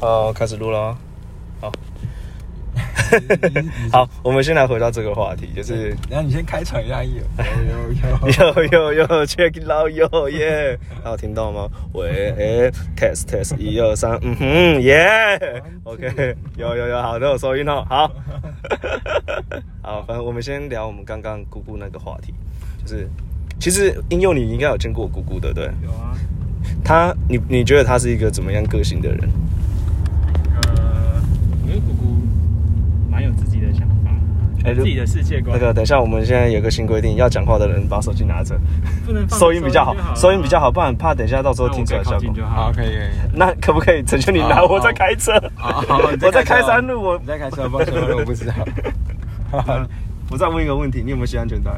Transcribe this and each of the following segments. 哦，开始录了哦。好， 好，我们先来回到这个话题，就是然后你先开场一下，有哎有有 又又又 check it out 又耶，还有听到吗？喂，哎，test test 一二三，嗯哼耶，OK，有有有，好都有收音哦，好， 好，反正我们先聊我们刚刚姑姑那个话题，就是其实应佑你应该有见过我姑姑的，对，有啊，她你你觉得她是一个怎么样个性的人？呃，我觉得姑姑蛮有自己的想法，哎有就自己的世界观。那个等一下我们现在有个新规定，要讲话的人把手机拿着。不能放收音比较好，收音比较好好，不然怕等一下到时候啊，听出听起来来效效果果。就好，好。可以可以。那可不可以成全你拿？好我在好开车，好好 你我在开开车山路，我 你在开车，不知道什么我不知道。我再问一个问题，你有没有系安全带？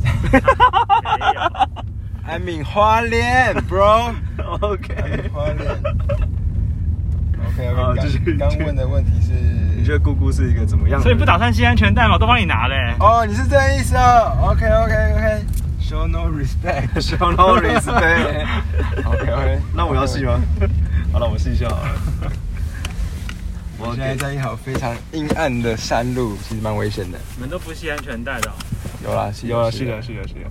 I mean 花莲，bro。 OK，花莲。OK 好继续 OK，刚刚问的问题是，你觉得姑姑是一个怎么样的人？所以不打算系安全带嘛，我都帮你拿嘞。哦，你是这个意思哦。OK OK OK。Show no respect. Show no respect. OK OK。那我要系吗？好了，我试一下好了。我现在在一条非常阴暗的山路，其实蛮危险的。你们都不系安全带的哦、有啦，是有啊，系了，系了，系了。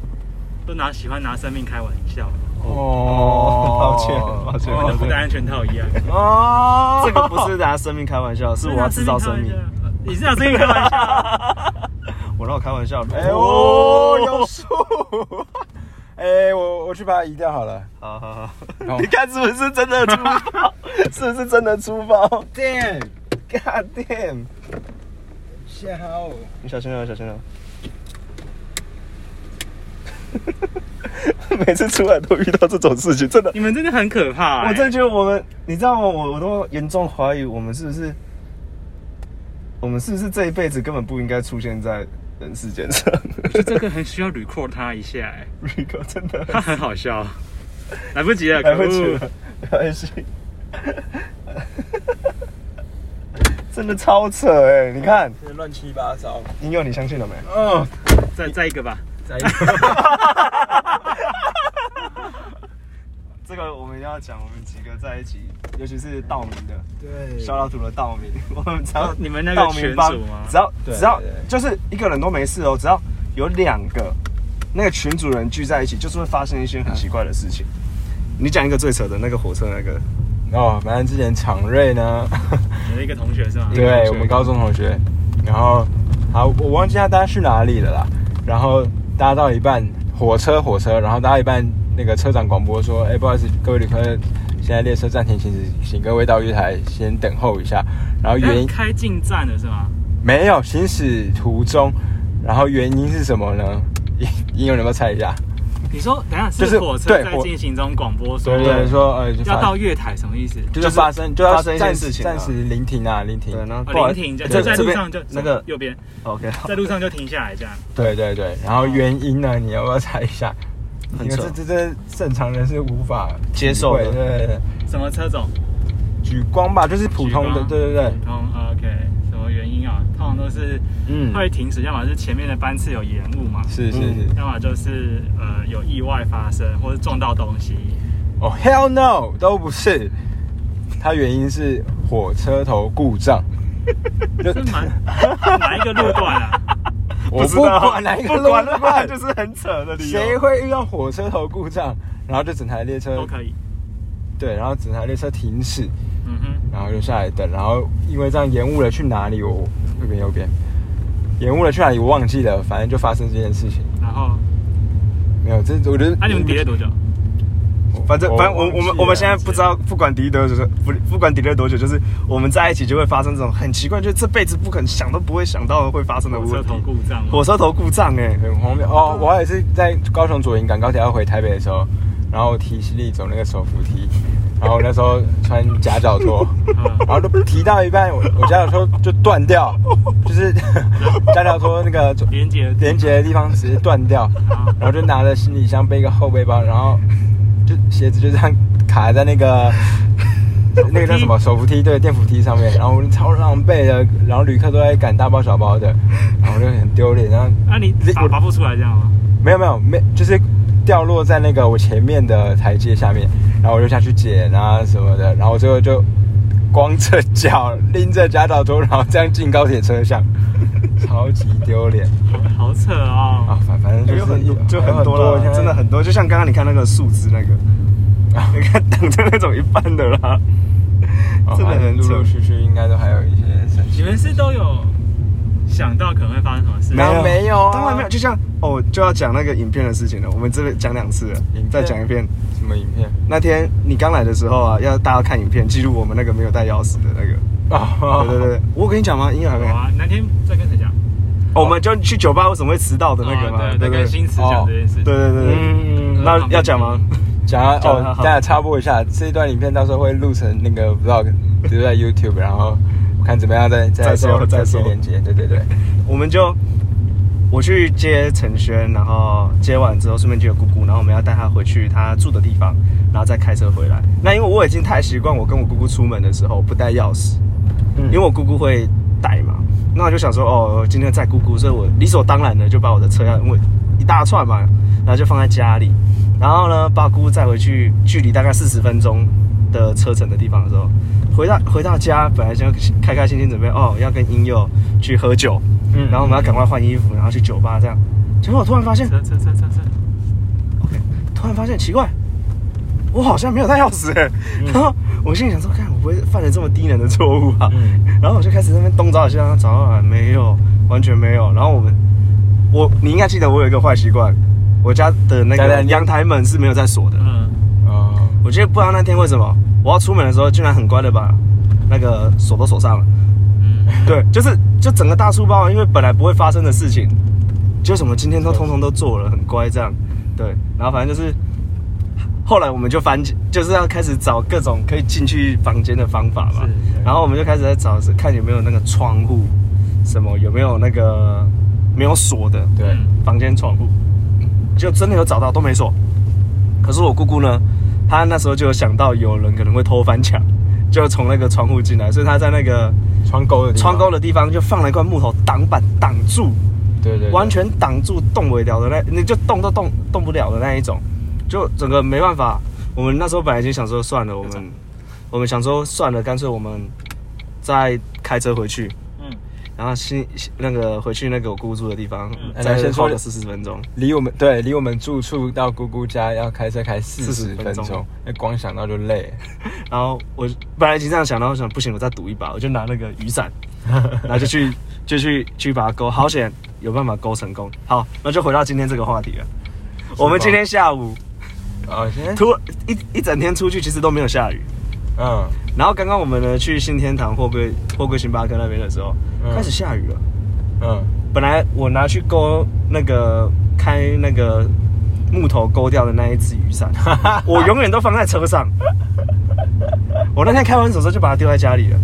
都拿喜欢拿生命开玩笑，哦 抱歉抱歉跟哦我不戴安全套一 样。哦，这个不是拿生命开玩笑，是我要制造生命。呃你是拿生命开玩笑？ 我让我开玩笑的。哎哦，有树。哎，我我去把它移掉好了。好好好，哦你看是不是真的 粗暴？是不是真的粗暴 Damn， ？God damn！吓好。你小心啊，小心啊！ 每次出来都遇到这种事情，真的， 你们真的很可怕、我欸。真的觉得我们，你知道吗？我我都严重怀疑我们是不是，我们是不是这一辈子根本不应该出现在人世间上？ 就这个很需要 record 他一下、 欸，瑞哥真的他很好笑。来不及了，可来不及了恶！，没关系。 真的超扯哎、你看，乱七八糟。英佑，你相信了没？嗯，再再一个吧。再一个。这个我们一定要讲，我们几个在一起，尤其是道明的，对小老土的道明，我们只要哦你们那个道明帮群主吗只要对只要对对就是一个人都没事哦，只要有两个那个群主人聚在一起，就是会发生一些很奇怪的事情。嗯你讲一个最扯的那个火车那个，哦，反正之前常瑞呢，你的一个同学是吗？一个同对学我们高中同学，然后好，我忘记他搭去哪里了啦。然后搭到一半，火车火车，然后搭到一半，那个车长广播说：“哎，不好意思，各位旅客，现在列车暂停行驶，请各位到月台先等候一下。”然后原哎因开进站了是吗？没有行驶途中，然后原因是什么呢？ 英英有人要不要猜一下？你说等一下就是是火车对在火进行中广播说对对对，说呃，就要发到月台什么意思？就是发生就发要生一暂件事情啊暂时临停啊，临停。然后哦不好意临停，这就在这路边上就那个右边， OK，好在路上就停下来这样。对对对，然后原因呢？你要不要猜一下？很因为扯这这这正常人是无法接受的体会对对对，什么车种？举光吧，就是普通的，举光对对对普，通哦 OK，什么原因啊？通常都是嗯会停驶，要么是前面的班次有延误 嘛，是是嗯是。要么就是呃有意外发生或者撞到东西。哦、h e l l no，都不是。它原因是火车头故障。这 蛮哪一个路段啊？我知不道管哪一个不路管的话段就是很扯的理由。谁会遇到火车头故障？然后就整台列车都可以。对，然后整台列车停驶，嗯哼，然后就下来等，然后因为这样延误了去哪里？我右边右边，延误了去哪里？我忘记了，反正就发生这件事情。然后没有，这我觉得。那、啊你们叠了多久？哦反正我反正我忘记我们了我们现在不知道，不管敌多久，不不管敌了多久，就是我们在一起就会发生这种很奇怪，就是这辈子不可能想都不会想到会发生的火问题。车头故障吗火车头故障哎、很荒谬哦！我也是在高雄左营赶高铁要回台北的时候，然后提行李走那个手扶梯，然后那时候穿夹脚拖， 然后都提到一半，我我夹脚拖就断掉，就是 夹脚拖那个连接连接的地方直接断掉，然后就拿着行李箱背一个后背包，然后就鞋子就这样卡在那个。那个叫什么手扶梯？对，电扶梯上面，然后我们超狼狈的，然后旅客都在赶大包小包的，然后我就很丢脸，然后那、啊你这拔我拔不出来这样吗？没有没有没，就是掉落在那个我前面的台阶下面，然后我就下去捡啊什么的，然后最后就光着脚拎着假脚拖，然后这样进高铁车厢， 超级丢脸好扯啊 哦！！反反正就是有很多就很多有啊了，现在嗯真的很多。就像刚刚你看那个树枝那个， 你看挡着那种一半的啦，哦真的反正很陆扯陆续续应该都还有一些神奇。你们是都有想到可能会发生什么事？没有没有啊当然没有。就像哦，就要讲那个影片的事情了。我们这边讲两次了影片，再讲一遍。什么影 片？那天你刚来的时候啊，要大家看影片，记录我们那个没有带钥匙的那个。哦对对对，我跟你讲吗？音乐还没有。啊，那天在跟谁讲？哦哦我们就去酒吧为什么会迟到的那个哦嘛？对对对，跟新词讲这哦件事情。对对对对，嗯那要讲吗？ 讲啊讲啊哦，好大家插播一下，这一段影片到时候会录成那个 vlog，留在 YouTube，然后看怎么样再再说再再说连接。对对对，我们就我去接陈轩，然后接完之后顺便接了姑姑，然后我们要带她回去她住的地方，然后再开车回来。那因为我已经太习惯我跟我姑姑出门的时候不带钥匙，因为我姑姑会带嘛，那我就想说哦，今天载姑姑，所以我理所当然的就把我的车钥因为一大串嘛，然后就放在家里，然后呢把姑姑载回去，距离大概四十分钟的车程的地方的时候，回到回到家，本来想要开开心心准备哦要跟英佑去喝酒，嗯然后我们要赶快换衣服，然后去酒吧这样，结果我突然发现车车车车车， OK，突然发现奇怪，我好像没有带钥匙哎、然后我心里想说，看我不会犯了这么低能的错误吧？嗯然后我就开始在那边东找西找，找到没有，完全没有。然后我们，我你应该记得我有一个坏习惯，我家的那个当然阳台门是没有在锁的。嗯，哦，我觉得不知道那天为什么，我要出门的时候竟然很乖的把那个锁都锁上了。嗯，对，就是就整个大书包，啊因为本来不会发生的事情，就什么今天都通通都做了，很乖这样。对，然后反正就是后来我们就翻，就是要开始找各种可以进去房间的方法嘛是。然后我们就开始在找，是看有没有那个窗户，什么有没有那个没有锁的对，房间窗户，就真的有找到都没锁。可是我姑姑呢，她那时候就有想到有人可能会偷翻墙，就从那个窗户进来，所以她在那个。窗钩的地方窗钩，的地方就放了一块木头挡板挡住，对对对，完全挡住动不了的那，你就动都动动不了的那一种，就整个没办法。我们那时候本来已经想说算了，我们我们想说算了，干脆我们再开车回去，嗯，然后新那个回去那个我姑姑住的地方，嗯再哎那先说耗个四十分钟。离我们对离我们住处到姑姑家要开车开四十40分分钟钟，那光想到就累。然后我本来已经这样想，然后我想不行，我再赌一把，我就拿那个雨伞，然后就去就去去把它勾，好险有办法勾成功。好，那就回到今天这个话题了。我们今天下午哦，现在突一一整天出去，其实都没有下雨。嗯，然后刚刚我们呢去新天堂货柜货柜星巴克那边的时候，嗯开始下雨了。嗯，本来我拿去勾那个开那个木头勾掉的那一只雨伞， 我永远都放在车上。我那天开完手之后就把它丢在家里了，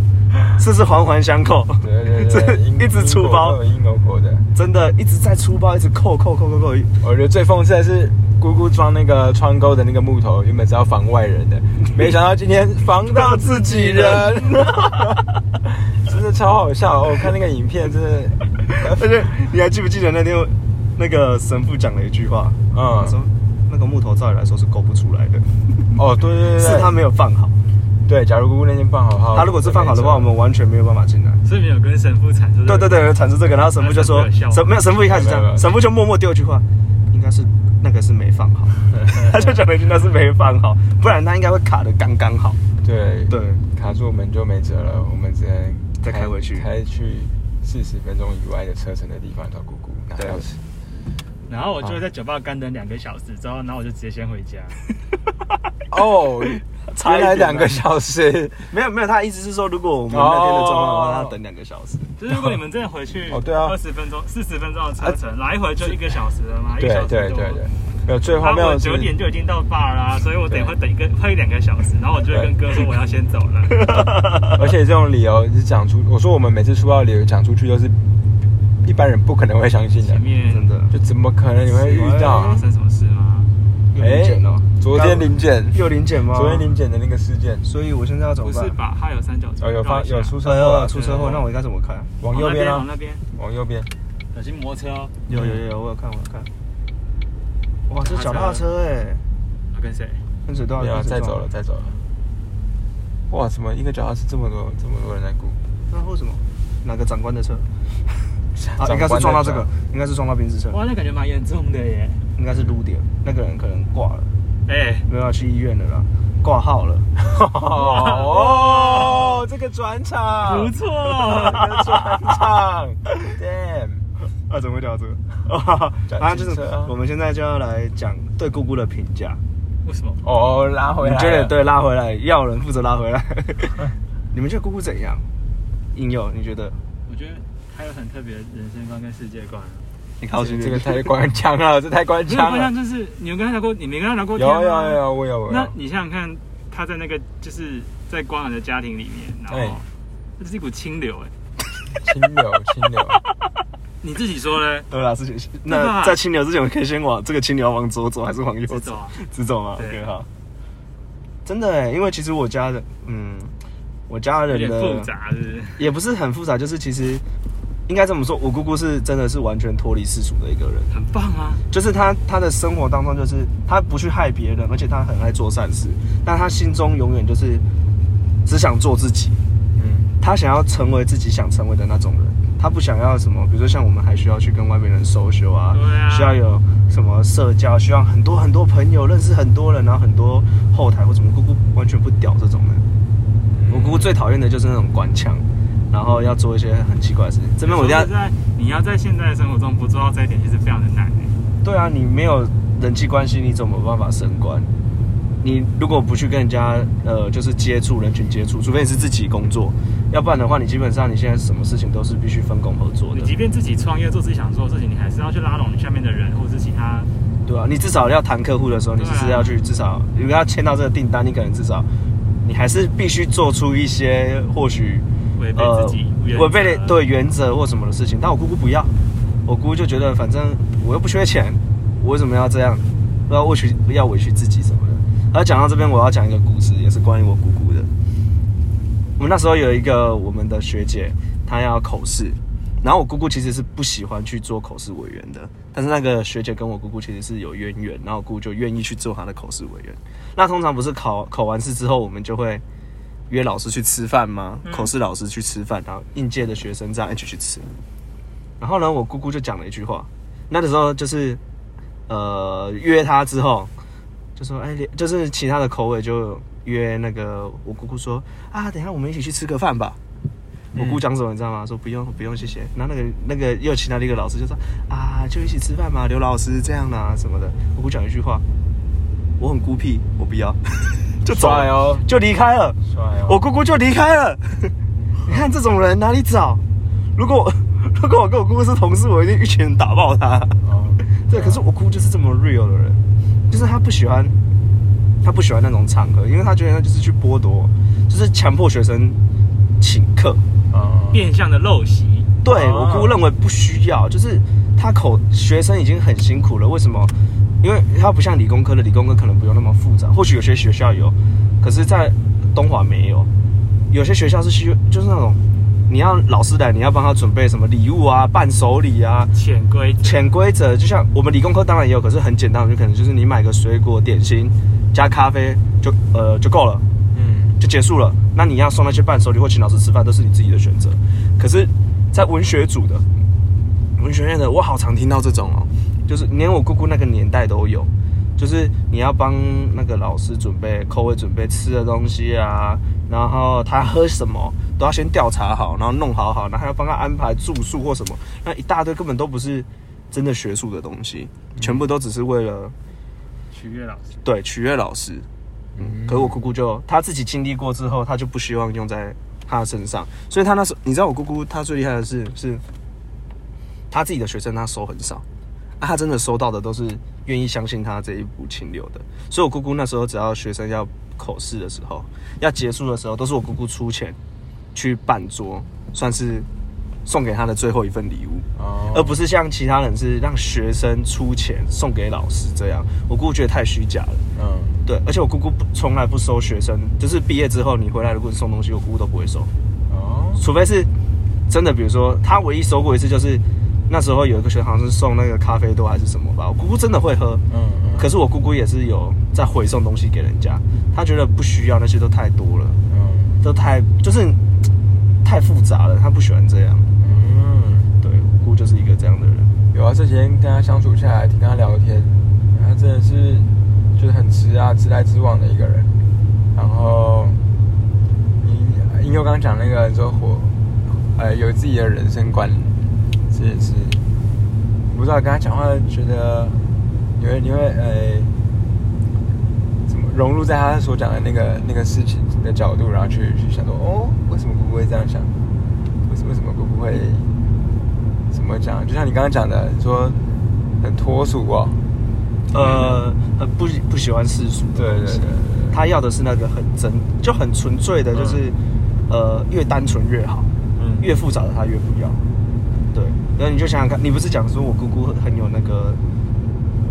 这是环环相扣。对对对，因这一直出包因果果的。真的一直在出包，一直扣扣扣扣扣。我觉得最讽刺的是，姑姑装那个窗钩的那个木头，原本是要防外人 的，没想到今天防到自己人，真的超好笑哦！我看那个影片，真的，而且你还记不记得那天我那个神父讲了一句话？他说嗯，那个木头照理来说是勾不出来的，哦，对对对对，是他没有放好。对，假如姑姑那天放好的话，他如果是放好的话，我们完全没有办法进来。是没有跟神父阐述。对对，对，产生这个，然后神父就说那神父有笑，吗神没有神父一开始这没有没有样，神父就默默丢一句话，应该是那个是没放 好，他就讲了一句那是没放好，不然他应该会卡的刚刚好。对对，卡住我们就没辙了，我们只能再开回去开去四十分钟以外的车程的地方找姑姑拿钥匙。然后我就在酒吧干等两个小时之后，然后我就直接先 回家。哦， 差一原点来啊两个小 时。没有没有，他意思是说，如果我们那天的状况的话，哦他要等两个小时。就是如果你们真的回去，哦对啊二十分钟、四十分钟的车程，来回就一个小时了嘛，一对个小时对多对对，没有最然荒后谬我的是九点就已经到 bar 啦，所以我等一会等一个会两个小时，然后我就会对跟哥说我要先走 了。 而且这种理由是讲出，我说我们每次出道的理由讲出去都是一般人不可能会相信的前，面真的就怎么可能你会遇到啊发？生什么事吗？又零检哦，哎昨天临检，又零检吗？昨天临检的那个事件，所以我现在要怎么不办？是吧？他有三角洲哦，有发有出车哎祸呦，啊，出车祸，那我应该怎么看？往右边往啊那，边，往右边，小心摩托车哦。有有有有，我有看我有看。哇，这脚踏车哎，啊跟谁？喷水多没有少？啊，再走了，再走了，哇，怎么一个脚踏车这么多这么多人在雇？那后什么？哪个长官的车？啊，长应该是官撞到在这个找，应该是撞到宾士车，哇，那感觉蛮严重的耶。应该是撸点，那个人可能挂了，哎，没有要去医院的啦，挂号了。 哦，这个转场不这错，个转场，damn，啊，怎么会聊这个？啊， 转反正就汽是车啊我们现在就要来讲对姑姑的评价。为什么？哦，拉回来你了，觉得对拉回来，要有人负责拉回 来。你们觉得姑姑怎样？应有你觉得？我觉得他有很特别的人生观跟世界观啊。你这个？这个 太官腔了，这太官没有，腔好像了。就是你有跟他聊过，你没跟他聊过有天吗有有有，我有我那有。你想想看，他在那个就是在光阳的家庭里面，然哎后那就是一股清流哎。清流清流，你自己说嘞，对啦，之前对那吧在清流之前，我们可以先往这个清流往左走还是往右 这种啊直走吗对？OK，好。真的哎，因为其实我家的，嗯，我家有人点的复杂，是不是？也不是很复杂，就是其实应该这么说，我姑姑是真的是完全脱离世俗的一个人，很棒啊，就是她她的生活当中，就是她不去害别人，而且她很爱做善事，但她心中永远就是只想做自己，嗯，她想要成为自己想成为的那种人，她不想要什么，比如说像我们还需要去跟外面人 social 啊，对啊需要有什么社交，需要很多很多朋友，认识很多人，然后很多后台或什么，姑姑完全不屌这种人。我姑姑最讨厌的就是那种官腔，然后要做一些很奇怪的事情。这边我一定要说实在你要在现在的生活中不做到这一点，其实非常的难哎。对啊，你没有人际关系，你怎么办法升官？你如果不去跟人家呃，就是接触人群接触，除非你是自己工作，要不然的话，你基本上你现在什么事情都是必须分工合作的你，即便自己创业做自己想做的事情，你还是要去拉拢你下面的人，或者是其他。对啊，你至少要谈客户的时候，你对啊就是要去至少，如果要签到这个订单，你可能至少你还是必须做出一些或许违背自己原则呃违背了对原则或什么的事情。但我姑姑不要，我姑姑就觉得反正我又不缺钱，我为什么要这样？不要委屈，不要委屈自己什么的。然后讲到这边，我要讲一个故事，也是关于我姑姑的。我们那时候有一个我们的学姐，她要口试，然后我姑姑其实是不喜欢去做口试委员的，但是那个学姐跟我姑姑其实是有渊源，然后我姑姑就愿意去做她的口试委员。那通常不是考考完试之后，我们就会约老师去吃饭吗？嗯口试老师去吃饭，然后应届的学生这样一起去吃。然后呢，我姑姑就讲了一句话，那个时候就是呃约他之后，就说哎，就是其他的口尾就约那个我姑姑说啊，等一下我们一起去吃个饭吧。我姑讲什么你知道嗯吗？说不用不用谢谢。然后那个那个又其他的一个老师就说啊，就一起吃饭嘛，刘老师这样啦、什么的。我姑讲一句话，我很孤僻，我不要， 就走帅了，哦，就离开了。帅哦，我姑姑就离开了。 你看这种人哪里找？如果如果我跟我姑姑是同事，我一定一拳打爆她。哦，对，可是我姑就是这么 real 的人，就是她不喜欢，她不喜欢那种场合，因为她觉得那就是去剥夺，就是强迫学生请客。哦变相的陋习，对哦我姑认为不需要，就是他口学生已经很辛苦了，为什么？因为他不像理工科的，理工科可能不用那么复杂，或许有些学校有，可是，在东华没有。有些学校是需就是那种，你要老师来，你要帮他准备什么礼物啊、伴手礼啊，潜规则。潜规则，就像我们理工科当然也有，可是很简单，就可能就是你买个水果、点心加咖啡就呃就够了。嗯，就结束了。那你要送那些伴手礼或请老师吃饭，都是你自己的选择。可是，在文学组的、文学院的，我好常听到这种哦，就是连我姑姑那个年代都有，就是你要帮那个老师准备口味、准备吃的东西啊，然后他喝什么都要先调查好，然后弄好好，然后还要帮他安排住宿或什么，那一大堆根本都不是真的学术的东西，全部都只是为了取悦老师，对取悦老师。嗯可是我姑姑就她自己经历过之后，她就不希望用在她的身上，所以她那时候，你知道我姑姑她最厉害的是是，她自己的学生她收很少，啊，她真的收到的都是愿意相信她这一股清流的，所以我姑姑那时候只要学生要口试的时候，要结束的时候，都是我姑姑出钱去办桌，算是送给她的最后一份礼物。哦，而不是像其他人是让学生出钱送给老师这样，我姑姑觉得太虚假了。嗯，对，而且我姑姑不从来不收学生，就是毕业之后你回来如果你送东西，我姑姑都不会收，哦，除非是真的，比如说她唯一收过一次就是那时候有一个学生好像是送那个咖啡豆还是什么吧，我姑姑真的会喝，嗯嗯，可是我姑姑也是有在回送东西给人家，她觉得不需要那些都太多了，嗯都太就是太复杂了，他不喜欢这样。嗯，对，我姑就是一个这样的人。有啊，这几天跟他相处下来，听他聊天，他真的是就是很直啊，直来直往的一个人。然后，呃因因为我刚刚讲那个你说火，呃，有自己的人生观，这也是不知道跟他讲话觉得你会你会呃怎么融入在他所讲的那个那个事情的角度，然后去去想说哦，为什么姑姑会这样想？为什为什么姑姑会怎么讲？就像你刚刚讲的，你说很脱俗哦，呃，很不不喜欢世俗的对东西。对对对嗯对他要的是那个很真，就很纯粹的，就是、呃，越单纯越好，嗯越复杂的他越不要。对，然后你就想想看，你不是讲说我姑姑很有那个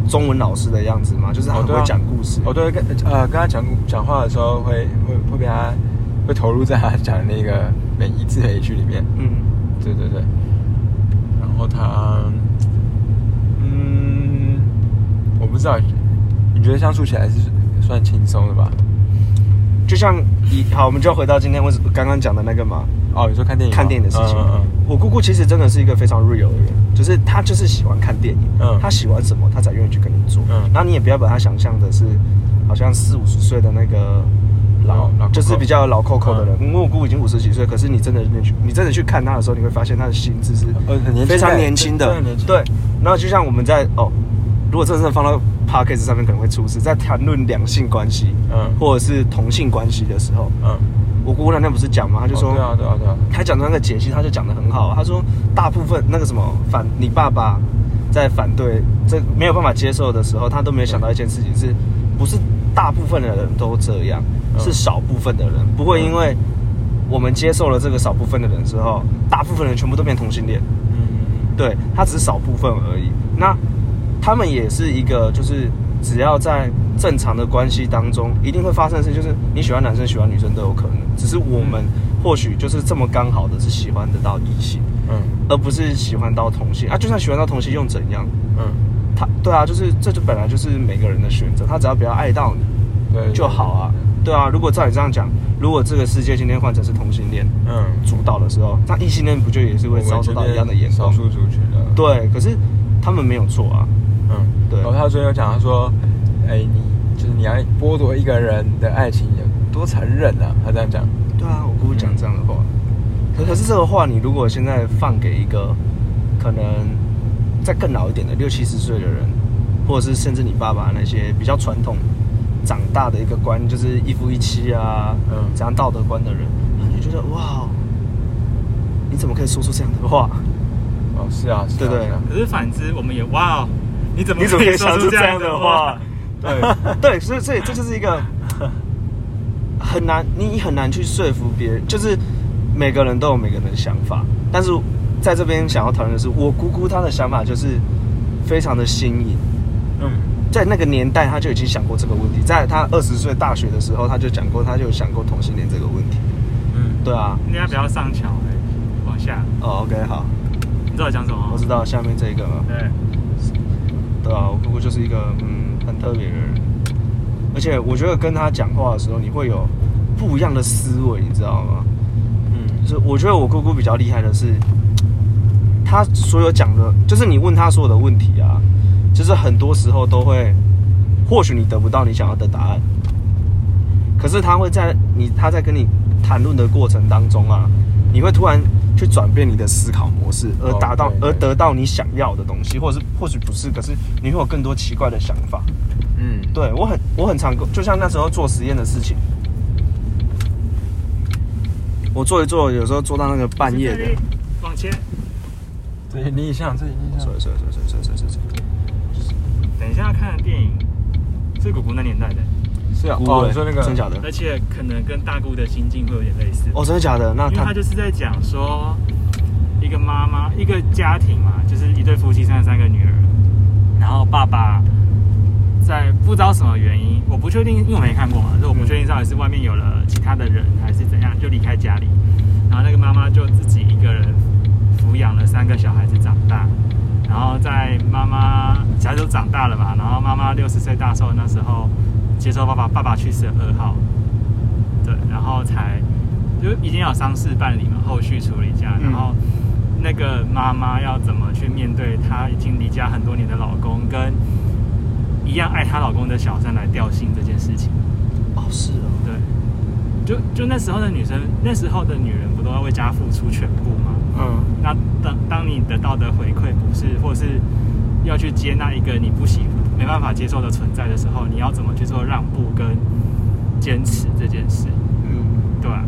中文老师的样子吗？就是他哦很对会啊讲故事。我都会跟呃跟他讲讲话的时候会，会会被他会投入在他讲的那个每一字每一句里面。嗯，对对对。然后他，嗯，我不知道，你觉得相处起来是算轻松的吧？就像以好，我们就要回到今天我刚刚讲的那个嘛，哦，你说看电影吗？看电影的事情。嗯我姑姑其实真的是一个非常 real 的人，就是她就是喜欢看电影，嗯她喜欢什么，她才愿意去跟你做。嗯然后你也不要把她想象的是好像四五十岁的那个老，老老扣就是扣比较老扣扣的人。嗯因为我姑姑已经五十几岁，可是你真的你去你真的去看她的时候，你会发现她的心智是呃很年轻非常的年轻的真的很年，轻对。然后就像我们在哦，如果真的是放到 p o d c a s t 上面可能会出事，在谈论两性关系，嗯或者是同性关系的时候，嗯，我姑姑那天不是讲吗？她就说、哦对啊对啊对啊，他讲的那个解析，他就讲的很好啊。他说，大部分那个什么反你爸爸在反对这没有办法接受的时候，他都没有想到一件事情是，不是大部分的人都这样，嗯是少部分的人不会因为我们接受了这个少部分的人之后，大部分人全部都变同性恋。嗯对，它只是少部分而已。那他们也是一个，就是只要在正常的关系当中，一定会发生的事，就是你喜欢男生、喜欢女生都有可能，只是我们或许就是这么刚好的是喜欢得到异性，嗯而不是喜欢到同性啊。就算喜欢到同性又怎样？嗯，他对啊，就是这就本来就是每个人的选择，他只要不要爱到你对对就好啊。对啊，如果照你这样讲，如果这个世界今天换成是同性恋嗯，主导的时候，那异性恋不就也是我会们遭受这到边一样的眼少光？数族群的，对，可是他们没有错啊。嗯，对然后他昨天有讲，他说，哎、你就是你要剥夺一个人的爱情有多残忍啊？他这样讲，对啊，我姑姑讲这样的话。嗯可可是这个话，你如果现在放给一个可能再更老一点的六七十岁的人，或者是甚至你爸爸那些比较传统长大的一个观，就是一夫一妻啊，嗯这样道德观的人，你觉得哇，你怎么可以说出这样的话？哦，是啊，是啊对对是啊可是反之，我们也哇哦，你怎么你怎么可以说说出出这这样样的的话话？？对对，所以所以这就是一个很难，你很难去说服别人，就是每个人都有每个人的想法，但是在这边想要讨论的是，我姑姑她的想法就是非常的新颖，嗯在那个年代她就已经想过这个问题，在她二十岁大学的时候，她就讲过，她就有想过同性恋这个问题。嗯，对啊，你要不要上桥、欸？往下，哦，OK，好，你知道我讲什么吗？我知道下面这个了。对，对啊，我姑姑就是一个嗯很特别的人，而且我觉得跟她讲话的时候，你会有不一样的思维，你知道吗？嗯就是我觉得我姑姑比较厉害的是，她所有讲的，就是你问她所有的问题啊，就是很多时候都会，或许你得不到你想要的答案，可是她会在你她在跟你谈论的过程当中啊，你会突然去转变你的思考模式，而哦达到、对而对得到你想要的东西，或者是或许不是，可是你会有更多奇怪的想法。嗯，对我很我很常跟，就像那时候做实验的事情，我做一做，有时候做到那个半夜的是这里，往前。这里逆向，这里逆向所以，所以所以所以所以所以所以等一下看的电影是姑姑那年代的，是啊，孤哦，味你说那个真假的而且可能跟大姑的心境会有点类似。哦，真的假的？那因为他他就是在讲说，一个妈妈，一个家庭嘛，就是一对夫妻生了三个女儿，然后爸爸在不知道什么原因，我不确定，因为我没看过嘛，所以我不确定到底是外面有了其他的人还是怎样，就离开家里，然后那个妈妈就自己一个人抚养了三个小孩子长大。然后在妈妈小孩子都长大了嘛，然后妈妈六十岁大寿的那时候，接受爸爸爸爸去世的噩耗，对，然后才就已经有丧事办理嘛，后续处理家，然后那个妈妈要怎么去面对她已经离家很多年的老公，跟一样爱她老公的小三来吊性这件事情。哦，是哦，对，就就那时候的女生，那时候的女人不都要为家付出全部吗？嗯，那当当你的道德回馈不是，或是要去接纳一个你不喜没办法接受的存在的时候，你要怎么去做让步跟坚持这件事，嗯，对吧、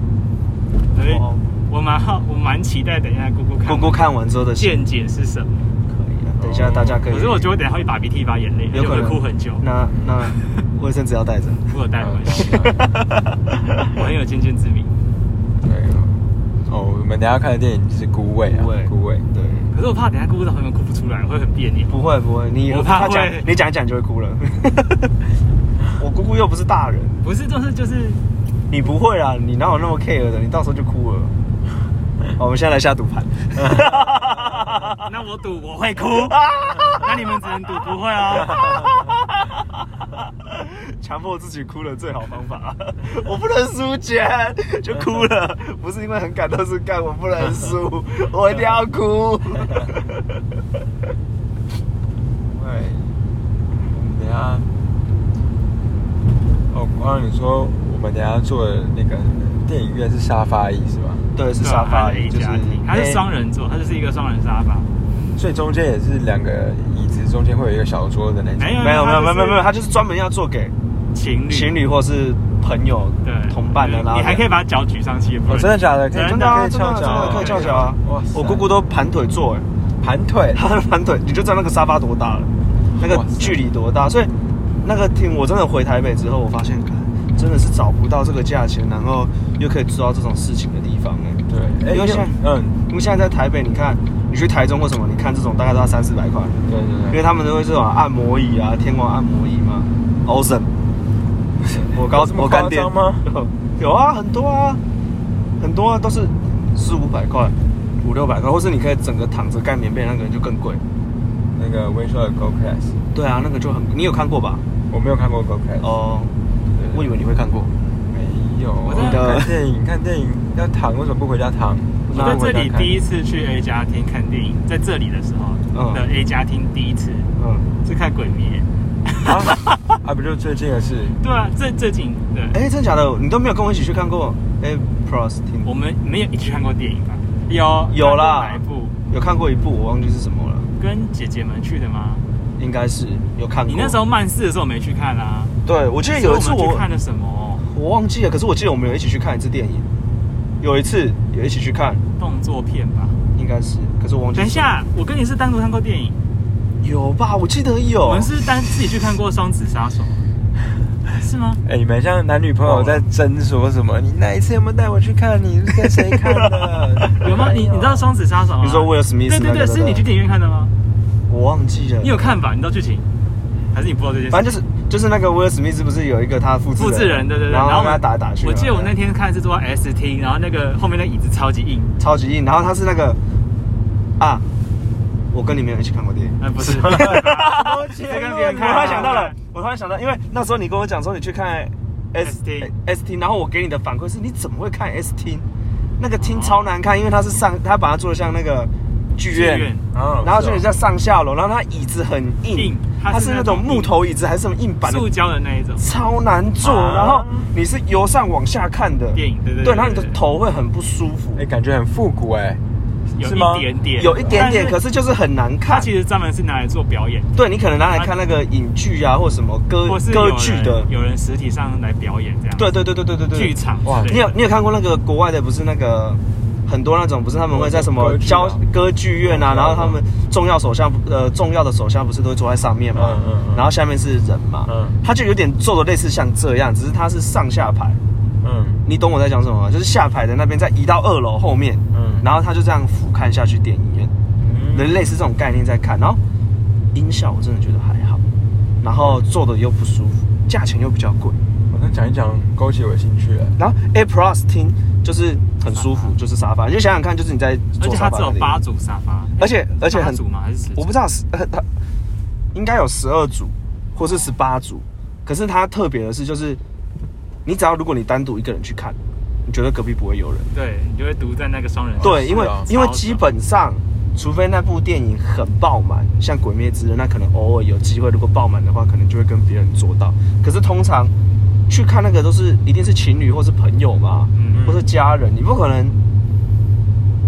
所以哦我蛮好，我蛮期待等一下姑姑看姑姑看完之后的心见解是什么。可以啊，等一下大家可以。可是我觉得我等一下会一把鼻涕一把眼泪，有可而且能我会哭很久。那那卫生纸要带着。我有带回 嗯去，我很有见见之明。 对。哦，我们等一下看的电影就是《孤味》啊，孤味《孤味》对，可是我怕等一下姑姑的朋友哭不出来，我会很别扭。不会不会，你我怕他讲会你讲一讲就会哭了。我姑姑又不是大人，不是，就是就是你不会啦，你哪有那么 care 的？你到时候就哭了。 好，我们现在来下赌盘。 那我赌我会哭，那你们只能赌不会哦。强迫自己哭的最好方法， 我不能输钱，就哭了，不是因为很感动，是干我不能输，我一定要哭。对，我们等一下。哦，刚刚你说我们等一下坐的那个电影院是沙发椅是吧？对，是沙发对椅，啊就是它一家庭它是双人座，它就是一个双人沙发。所以中间也是两个椅子，中间会有一个小桌的那种。没有没有没有没有没有没有，它他就就是是专门要做给情侣，情侣或是朋友对同伴的，然后你还可以把脚举上去，不哦，是真的假的？可以真的可啊以真的翘啊真脚的啊，可以翘脚啊！哇塞我姑姑都盘腿坐哎。盘腿。他的盘腿，你就知道那个沙发多大了，那个哇塞距离多大。所以那个厅，我真的回台北之后，我发现，干真的是找不到这个价钱，然后又可以做到这种事情的地方哎。对，哎因为像嗯，因为现在在台北，你看你去台中或什么，你看这种大概都要三四百块，对对因为对，他们都会这种按摩椅啊，天王按摩椅嘛，Ocean。我高有这么我干爹夸张吗？ 有啊，很多啊，很多啊，都是四五百块、五六百块，或是你可以整个躺着盖棉被，那个就更贵。那个微笑的 Go Class，对啊，那个就很，你有看过吧？我没有看过 Go Class，哦，对我以为你会看过。没有。我在看电影，看电影要躺，为什么不回家躺？我在这里第一一，次去 A 家厅看电影，在这里的时候嗯的 A 家厅第一次嗯，是看《鬼灭啊啊，不就最近的事？》。对啊，最最近对，哎，真的假的？你都没有跟我一起去看过？哎，Pros 听我们没有一起看过电影吧？有有啦看过哪一部？有看过一部，我忘记是什么了，跟姐姐们去的吗？应该是有看过。你那时候曼四的时候没去看啊？对我记得有一次所以我们我去看了什么我忘记了，可是我记得我们有一起去看一次电影，有一次有一起去看，动作片吧？应该是，可是我忘记。等一，下，我跟你是单独看过电影，有吧？我记得有。我们是单自己去看过《双子杀 手》，是吗？？哎，你们像男女朋友在争说什么？你那一次有没有带我去看？你是跟谁看的有吗？你你知道《双子杀手》吗？你说 Will Smith 对对那个对，对是不对你去电影院看的吗？我忘记了。你有？看吧？你知道剧情，还是你不知道这件事？反正就是就是那个威尔史密斯不是有一个他复制复制人，对对对。然后我跟他打来打去嘛。我记得我对那天看是坐在 S T，然后那个后面那椅子超级硬。超级硬，然后他是那个啊，我跟你没有一起看过电影。哎，不是， 这这个跟别别人人看我看。突然想到了，我突然想到，因为那时候你跟我讲说你去看 S ST S T，然后我给你的反馈是你怎么会看 S T？那个厅超难看，因为它是上，他把它做的像那个剧院，剧院啊然后就你很像上下楼，然后它椅子很硬，硬它是它是那种那种木头椅子还是什么硬板的塑胶的那一种超难坐，啊然后你是由上往下看的电影，对对对，然后你的头会很不舒服，哎，感觉很复古哎，有是吗一点点，有一点点，但可是就是很难它看。其实专门是拿来做表演，对你可能拿来看那个影剧啊，或什么歌或是有歌人剧的。有人实体上来表演这样。对对对对对对对。剧场哇之类的你有你有看过那个国外的？不是那个很多那种，不是他们会在什么歌剧啊交歌剧院啊，嗯然后他们重要首相呃重要的首相不是都会坐在上面嘛嗯嗯，嗯然后下面是人嘛嗯，他就有点做的类似像这样，只是他是上下排，嗯你懂我在讲什么吗？就是下排的那边再移到二楼后面，嗯然后他就这样俯瞰下去电影院。类类似这种概念在看，然后音效我真的觉得还好，然后做的又不舒服，价钱又比较贵，我那讲一讲，勾起我的兴趣了。然后 A Plus 听就是很舒服，就是沙发，你就想想看，就是你在而坐且沙发它只的有地八方，组沙发，而且而且八很组吗？还是十组？我不知道是 呃它应该有十二组或是十八组，可是它特别的是就是，你只要如果你单独一个人去看，你觉得隔壁不会有人。对你就会独占那个双人床。对，因为是哦因为啊超基爽本上，除非那部电影很爆满，像《鬼灭之刃》，那可能偶尔有机会，如果爆满的话，可能就会跟别人做到。可是通常去看那个都是一定是情侣或是朋友嘛，嗯或是家人，你不可能，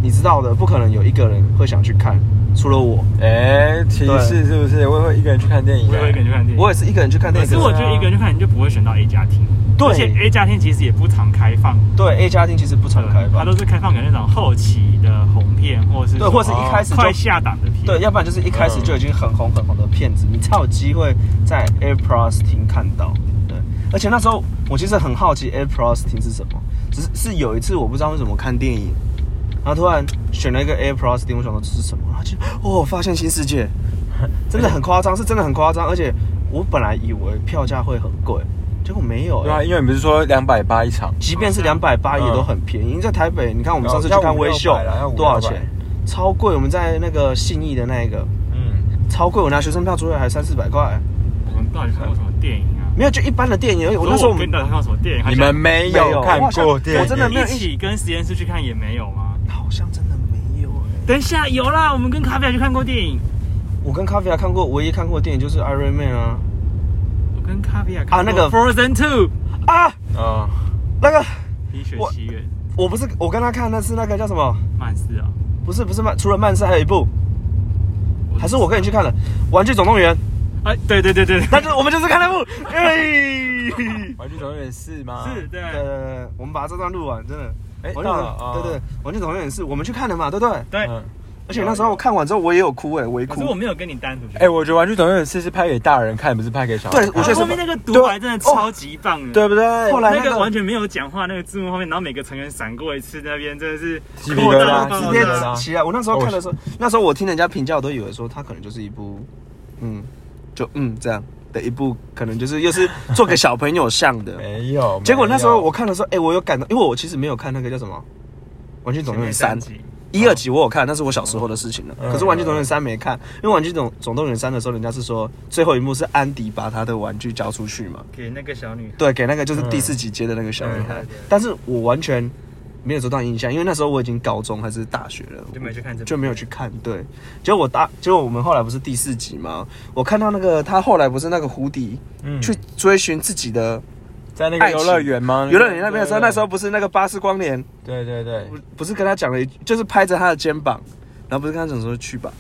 你知道的，不可能有一个人会想去看，除了我，哎，提示是不是？我也会一个人去看电影。啊我也会跟你去看电影。我也是一个人去看嗯可那是个。我觉得一个人去看你就不会选到 A 家庭，对而且 A 家庭其实也不常开放，对 A 家庭其实不常开它放，都是开放给那种后期的红片，或者是对，或是一开始就快下档的片。对，要不然就是一开始就已经很红很红的片子，你才有机会在 Air Plus 厅看到。对，而且那时候我其实很好奇 Air Plus 厅是什么，只是是有一次我不知道为什么看电影，然后突然选了一个 Air Plus 厅，我想说这是什么，然后就哦发现新世界，真的很夸张，是真的很夸张，而且我本来以为票价会很贵，结果没有、对啊，欸。因为你不是说两百八一场？即便是两百八也都很便宜，因为在台北，你看我们上次去要看五微六秀百啦要五多少六百钱？超贵，我们在那个信义的那一个，嗯，超贵，我拿学生票出来还三四百块，我们到底看过什么电影啊？没有就一般的电影而已。我那时候我们我跟你到底看过什么电影？好你像们没没有有看我好像过电影？我真的没有一起跟实验室去看也没有吗？好像真的没有哎、等一下有啦，我们跟卡比亚去看过电影，我跟咖啡还看过，唯一看过的电影就是《Iron Man》啊我跟卡比亚啊看那个过 Frozen Two 啊，啊，那个冰雪我奇缘，我不是我跟他看那是那个叫什么？曼斯啊，不是不是漫，除了漫斯还有一部，还是我跟你去看的《玩具总动员》，哎，对对对对，那就我们就是看那部，哎。玩具总动员四吗？是，对对对对，我们把这段录完，真的。哎玩具到了啊总对对，玩具总动员是我们去看的嘛，对不对？对，嗯。而且那时候我看完之后我也有哭哎，我也可是哭我。没有跟你单独去看。哎，我觉得玩具总动员四是拍给大人看，不是拍给小孩看。对我觉得是后面那个独白真的超级棒的，对不对？后来那那个个完全没有讲话，那个字幕后面，然后每个成员闪过一次，那边真的是鸡皮疙瘩扩啊直接大鸡皮疙到瘩起来。我那时候看的时候，那时候我听人家评价，我都以为说它可能就是一部，嗯，就嗯这样的一部，可能就是又是做给小朋友像的。没有。结果那时候我没有看的时候，哎、我有感到，因为我其实没有看那个叫什么《玩具总动员前三面》集一二集，我有看，那是我小时候的事情了。嗯可是《玩具总动员三》没看，因为《玩具总总动员三》的时候，人家是说最后一幕是安迪把他的玩具交出去嘛，给那个小女孩，对，给那个嗯就是第四集接的那个小女孩嗯嗯嗯。但是我完全没有这段印象，因为那时候我已经高中还是大学了，就没有去看这部就没有去看。对，结果我大，结果我们后来不是第四集吗？我看到那个他后来不是那个胡迪嗯去追寻自己的在那爱个情游乐园吗？游乐园那边的时候，嗯对那时候不是那个巴斯光年对对对，不不是跟他讲了一句，就是拍着他的肩膀，然后不是跟他讲说去吧。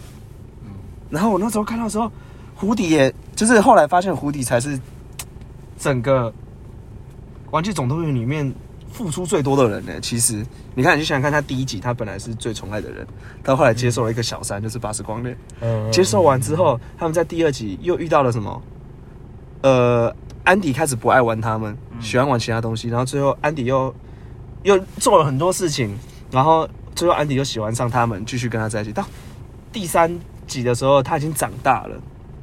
然后我那时候看到的时候，胡迪也就是后来发现胡迪才是整个《玩具总动员》里面付出最多的人呢、欸其实你看，你就想想看，他第一集他本来是最宠爱的人，到后来接受了一个小三，就是巴斯光年。嗯接受完之后，他们在第二集又遇到了什么？呃，安迪开始不爱玩他们，嗯喜欢玩其他东西，然后最后安迪又又做了很多事情，然后最后安迪又喜欢上他们，继续跟他在一起。到第三集的时候，他已经长大了，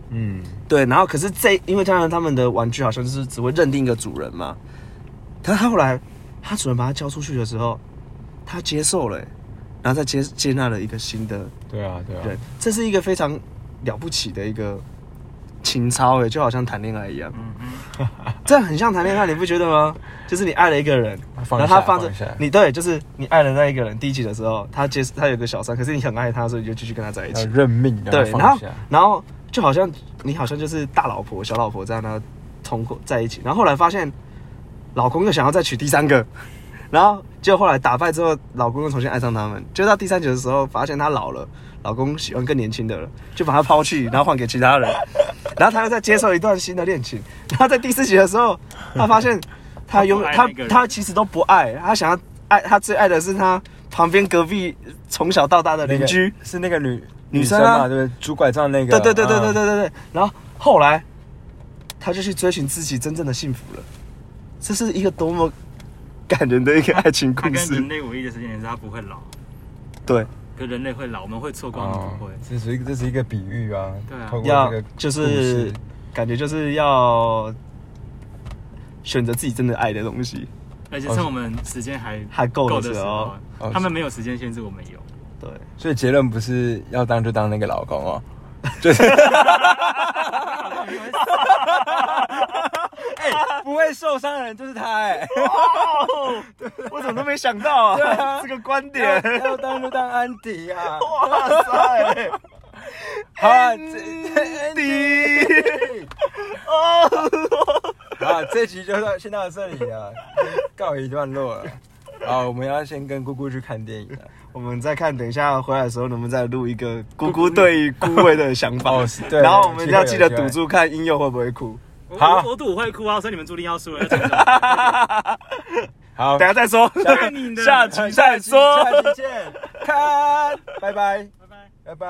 嗯，对，然后可是这因为当然他们的玩具好像就是只会认定一个主人嘛，可是他后来他主人把他交出去的时候，他接受了、欸然后再接接纳了一个新的对啊对啊，对，这是一个非常了不起的一个情操欸诶，就好像谈恋爱一样，嗯嗯， 这很像谈恋爱，你不觉得吗？就是你爱了一个人，放然下后他放着放下你，对，就是你爱了那一个人。第一集的时候，他接他有个小三，可是你很爱他，所以你就继续跟他在一要起。认命，要对，然放后下。然后就好像你好像就是大老婆、小老婆这样，然后通过在一起，然后后来发现老公又想要再娶第三个，然后就后来打败之后，老公又重新爱上他们，就到第三集的时候，发现她老了，老公喜欢更年轻的了，就把她抛弃，然后换给其他人，然后她又再接受一段新的恋情，然后在第四集的时候，她发现她永她她不爱那个人她其实都不爱，她想要爱她最爱的是她旁边隔壁从小到大的那邻个居。是那个女女生生啊嘛，对不对？拄拐杖那个，对对对对对嗯，对对对。然后后来，他就去追寻自己真正的幸福了。这是一个多么感人的一个爱情他故 跟事人。类唯一的时间点是他不会老，对，可人类会老，我们会错过，你哦不会。这是一个这是一个比喻啊，对啊透过要这个就故是事感觉就是要选择自己真的爱的东西。而且趁我们时间还还够的的时时候候哦，他们没有时间限制，我们有。对，所以结论不是要当就当那个老 哎公哦，就是哎、不会受伤的人就是他哎、哇哦，我怎么都没想到 对啊，啊这个观点，欸， 要当就当安迪啊，哇 塞，好啊，这 安迪，这啊，这集就到先到这里了，告一段落了。啊，我们要先跟姑姑去看电影了。我们再看，等一下回来的时候，能不能再录一个姑姑对于姑味的想 法哦是？对然后我们要有记机会得有赌机会注，看音佑会不会哭。我好我我赌会哭啊，所以你们注定要输了。要重来好， 等一下再说，看你的 下集再说。下期见，看，拜拜。